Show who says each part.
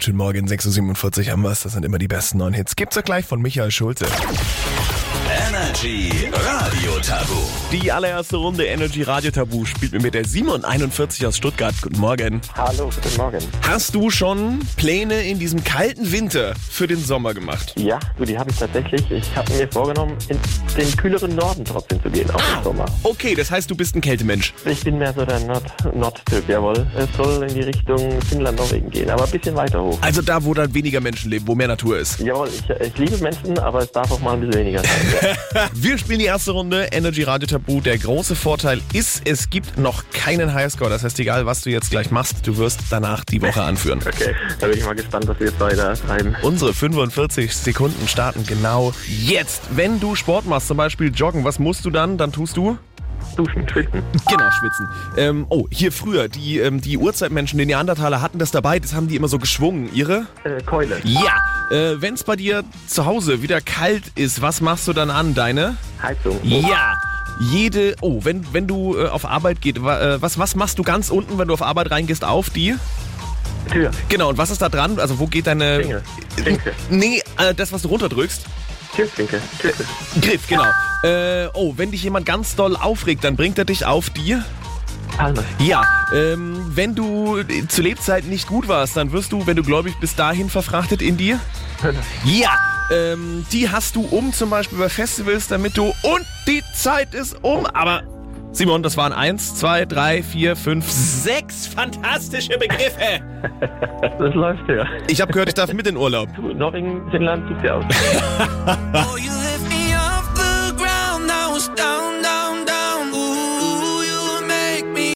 Speaker 1: Schönen Morgen, 6.47 Uhr haben wir's. Das sind immer die besten neuen Hits. Gibt's ja gleich von Michael Schulze.
Speaker 2: Energy Radio Tabu.
Speaker 3: Die allererste Runde Energy Radio Tabu spielt mit der Simon 41 aus Stuttgart. Guten Morgen.
Speaker 4: Hallo, guten Morgen.
Speaker 3: Hast du schon Pläne in diesem kalten Winter für den Sommer gemacht?
Speaker 4: Ja, du, die habe ich tatsächlich. Ich habe mir vorgenommen, in den kühleren Norden trotzdem zu gehen, auch im Sommer.
Speaker 3: Okay, das heißt, du bist ein Kältemensch.
Speaker 4: Ich bin mehr so der Nord- Nord-Typ, jawohl. Es soll in die Richtung Finnland, Norwegen gehen, aber ein bisschen weiter hoch.
Speaker 3: Also da, wo dann weniger Menschen leben, wo mehr Natur ist.
Speaker 4: Jawohl, ich, ich liebe Menschen, aber es darf auch mal ein bisschen weniger sein. Ja.
Speaker 3: Wir spielen die erste Runde Energy Radio Tabu. Der große Vorteil ist, es gibt noch keinen Highscore. Das heißt, egal was du jetzt gleich machst, du wirst danach die Woche anführen.
Speaker 4: Okay, da bin ich mal gespannt, was wir jetzt weiter treiben.
Speaker 3: Unsere 45 Sekunden starten genau jetzt. Wenn du Sport machst, zum Beispiel Joggen, was musst du dann? Dann tust du?
Speaker 4: Duschen, schwitzen.
Speaker 3: Genau, schwitzen. Ähm, oh, hier früher, die, ähm, die Urzeitmenschen, die Neandertaler hatten das dabei, das haben die immer so geschwungen. Ihre?
Speaker 4: Äh, Keule,
Speaker 3: Ja. Äh, Wenn es bei dir zu Hause wieder kalt ist, was machst du dann an? Deine?
Speaker 4: Heizung.
Speaker 3: Oh. Ja. Jede, oh, wenn, wenn du äh, auf Arbeit geht, wa, äh, was, was machst du ganz unten, wenn du auf Arbeit reingehst, auf die?
Speaker 4: Tür,
Speaker 3: Genau, und was ist da dran? Also wo geht deine...
Speaker 4: Klingel. Klinke.
Speaker 3: Nee, äh, das, was du runterdrückst.
Speaker 4: Türklinke, Türklinke.
Speaker 3: Griff, genau. Äh, oh, wenn dich jemand ganz doll aufregt, dann bringt er dich auf die.
Speaker 4: Palme.
Speaker 3: Ja. Ähm, wenn du äh, zu Lebzeiten nicht gut warst, dann wirst du, wenn du gläubig bist, dahin verfrachtet in die. Ja. Ähm, die hast du um, zum Beispiel bei Festivals, damit du. Und die Zeit ist um. Aber. Simon, das waren eins, zwei, drei, vier, fünf, sechs fantastische Begriffe.
Speaker 4: Das läuft ja.
Speaker 3: Ich habe gehört, ich darf mit in Urlaub.
Speaker 4: Du, Norwegen, Finnland, such dir aus.
Speaker 5: Oh, you lift me off the ground, I was down